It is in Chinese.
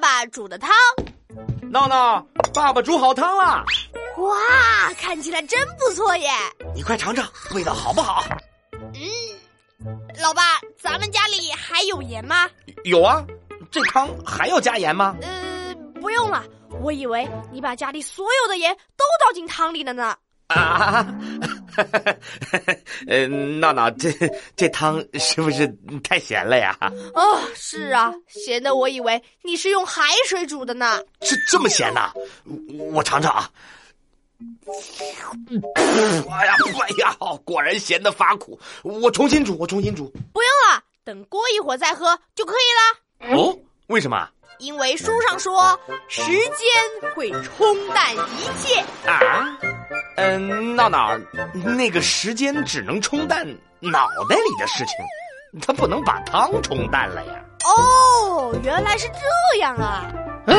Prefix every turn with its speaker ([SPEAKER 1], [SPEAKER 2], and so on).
[SPEAKER 1] 爸煮的汤。
[SPEAKER 2] 闹闹，爸爸煮好汤啦！
[SPEAKER 1] 哇，看起来真不错耶！
[SPEAKER 2] 你快尝尝味道好不好？
[SPEAKER 1] 老爸，咱们家里还有盐吗？
[SPEAKER 2] 有啊，这汤还要加盐吗？
[SPEAKER 1] 呃，不用了，我以为你把家里所有的盐都倒进汤里了呢。
[SPEAKER 2] 啊，呃，闹闹，这这汤是不是太咸了呀？
[SPEAKER 1] 哦，是啊，咸的我以为你是用海水煮的呢。
[SPEAKER 2] 这这么咸呐、我我尝尝啊。哎呀，哎呀，果然咸的发苦。我重新煮，我重新煮。
[SPEAKER 1] 不用了，等过一会儿再喝就可以
[SPEAKER 2] 哦，为什么？
[SPEAKER 1] 了。因为书上说，时间会冲淡一切。
[SPEAKER 2] 啊？嗯、闹闹，那个时间只能冲淡脑袋里的事情，它不能把汤冲淡了呀。
[SPEAKER 1] 哦，原来是这样啊！
[SPEAKER 2] 哎，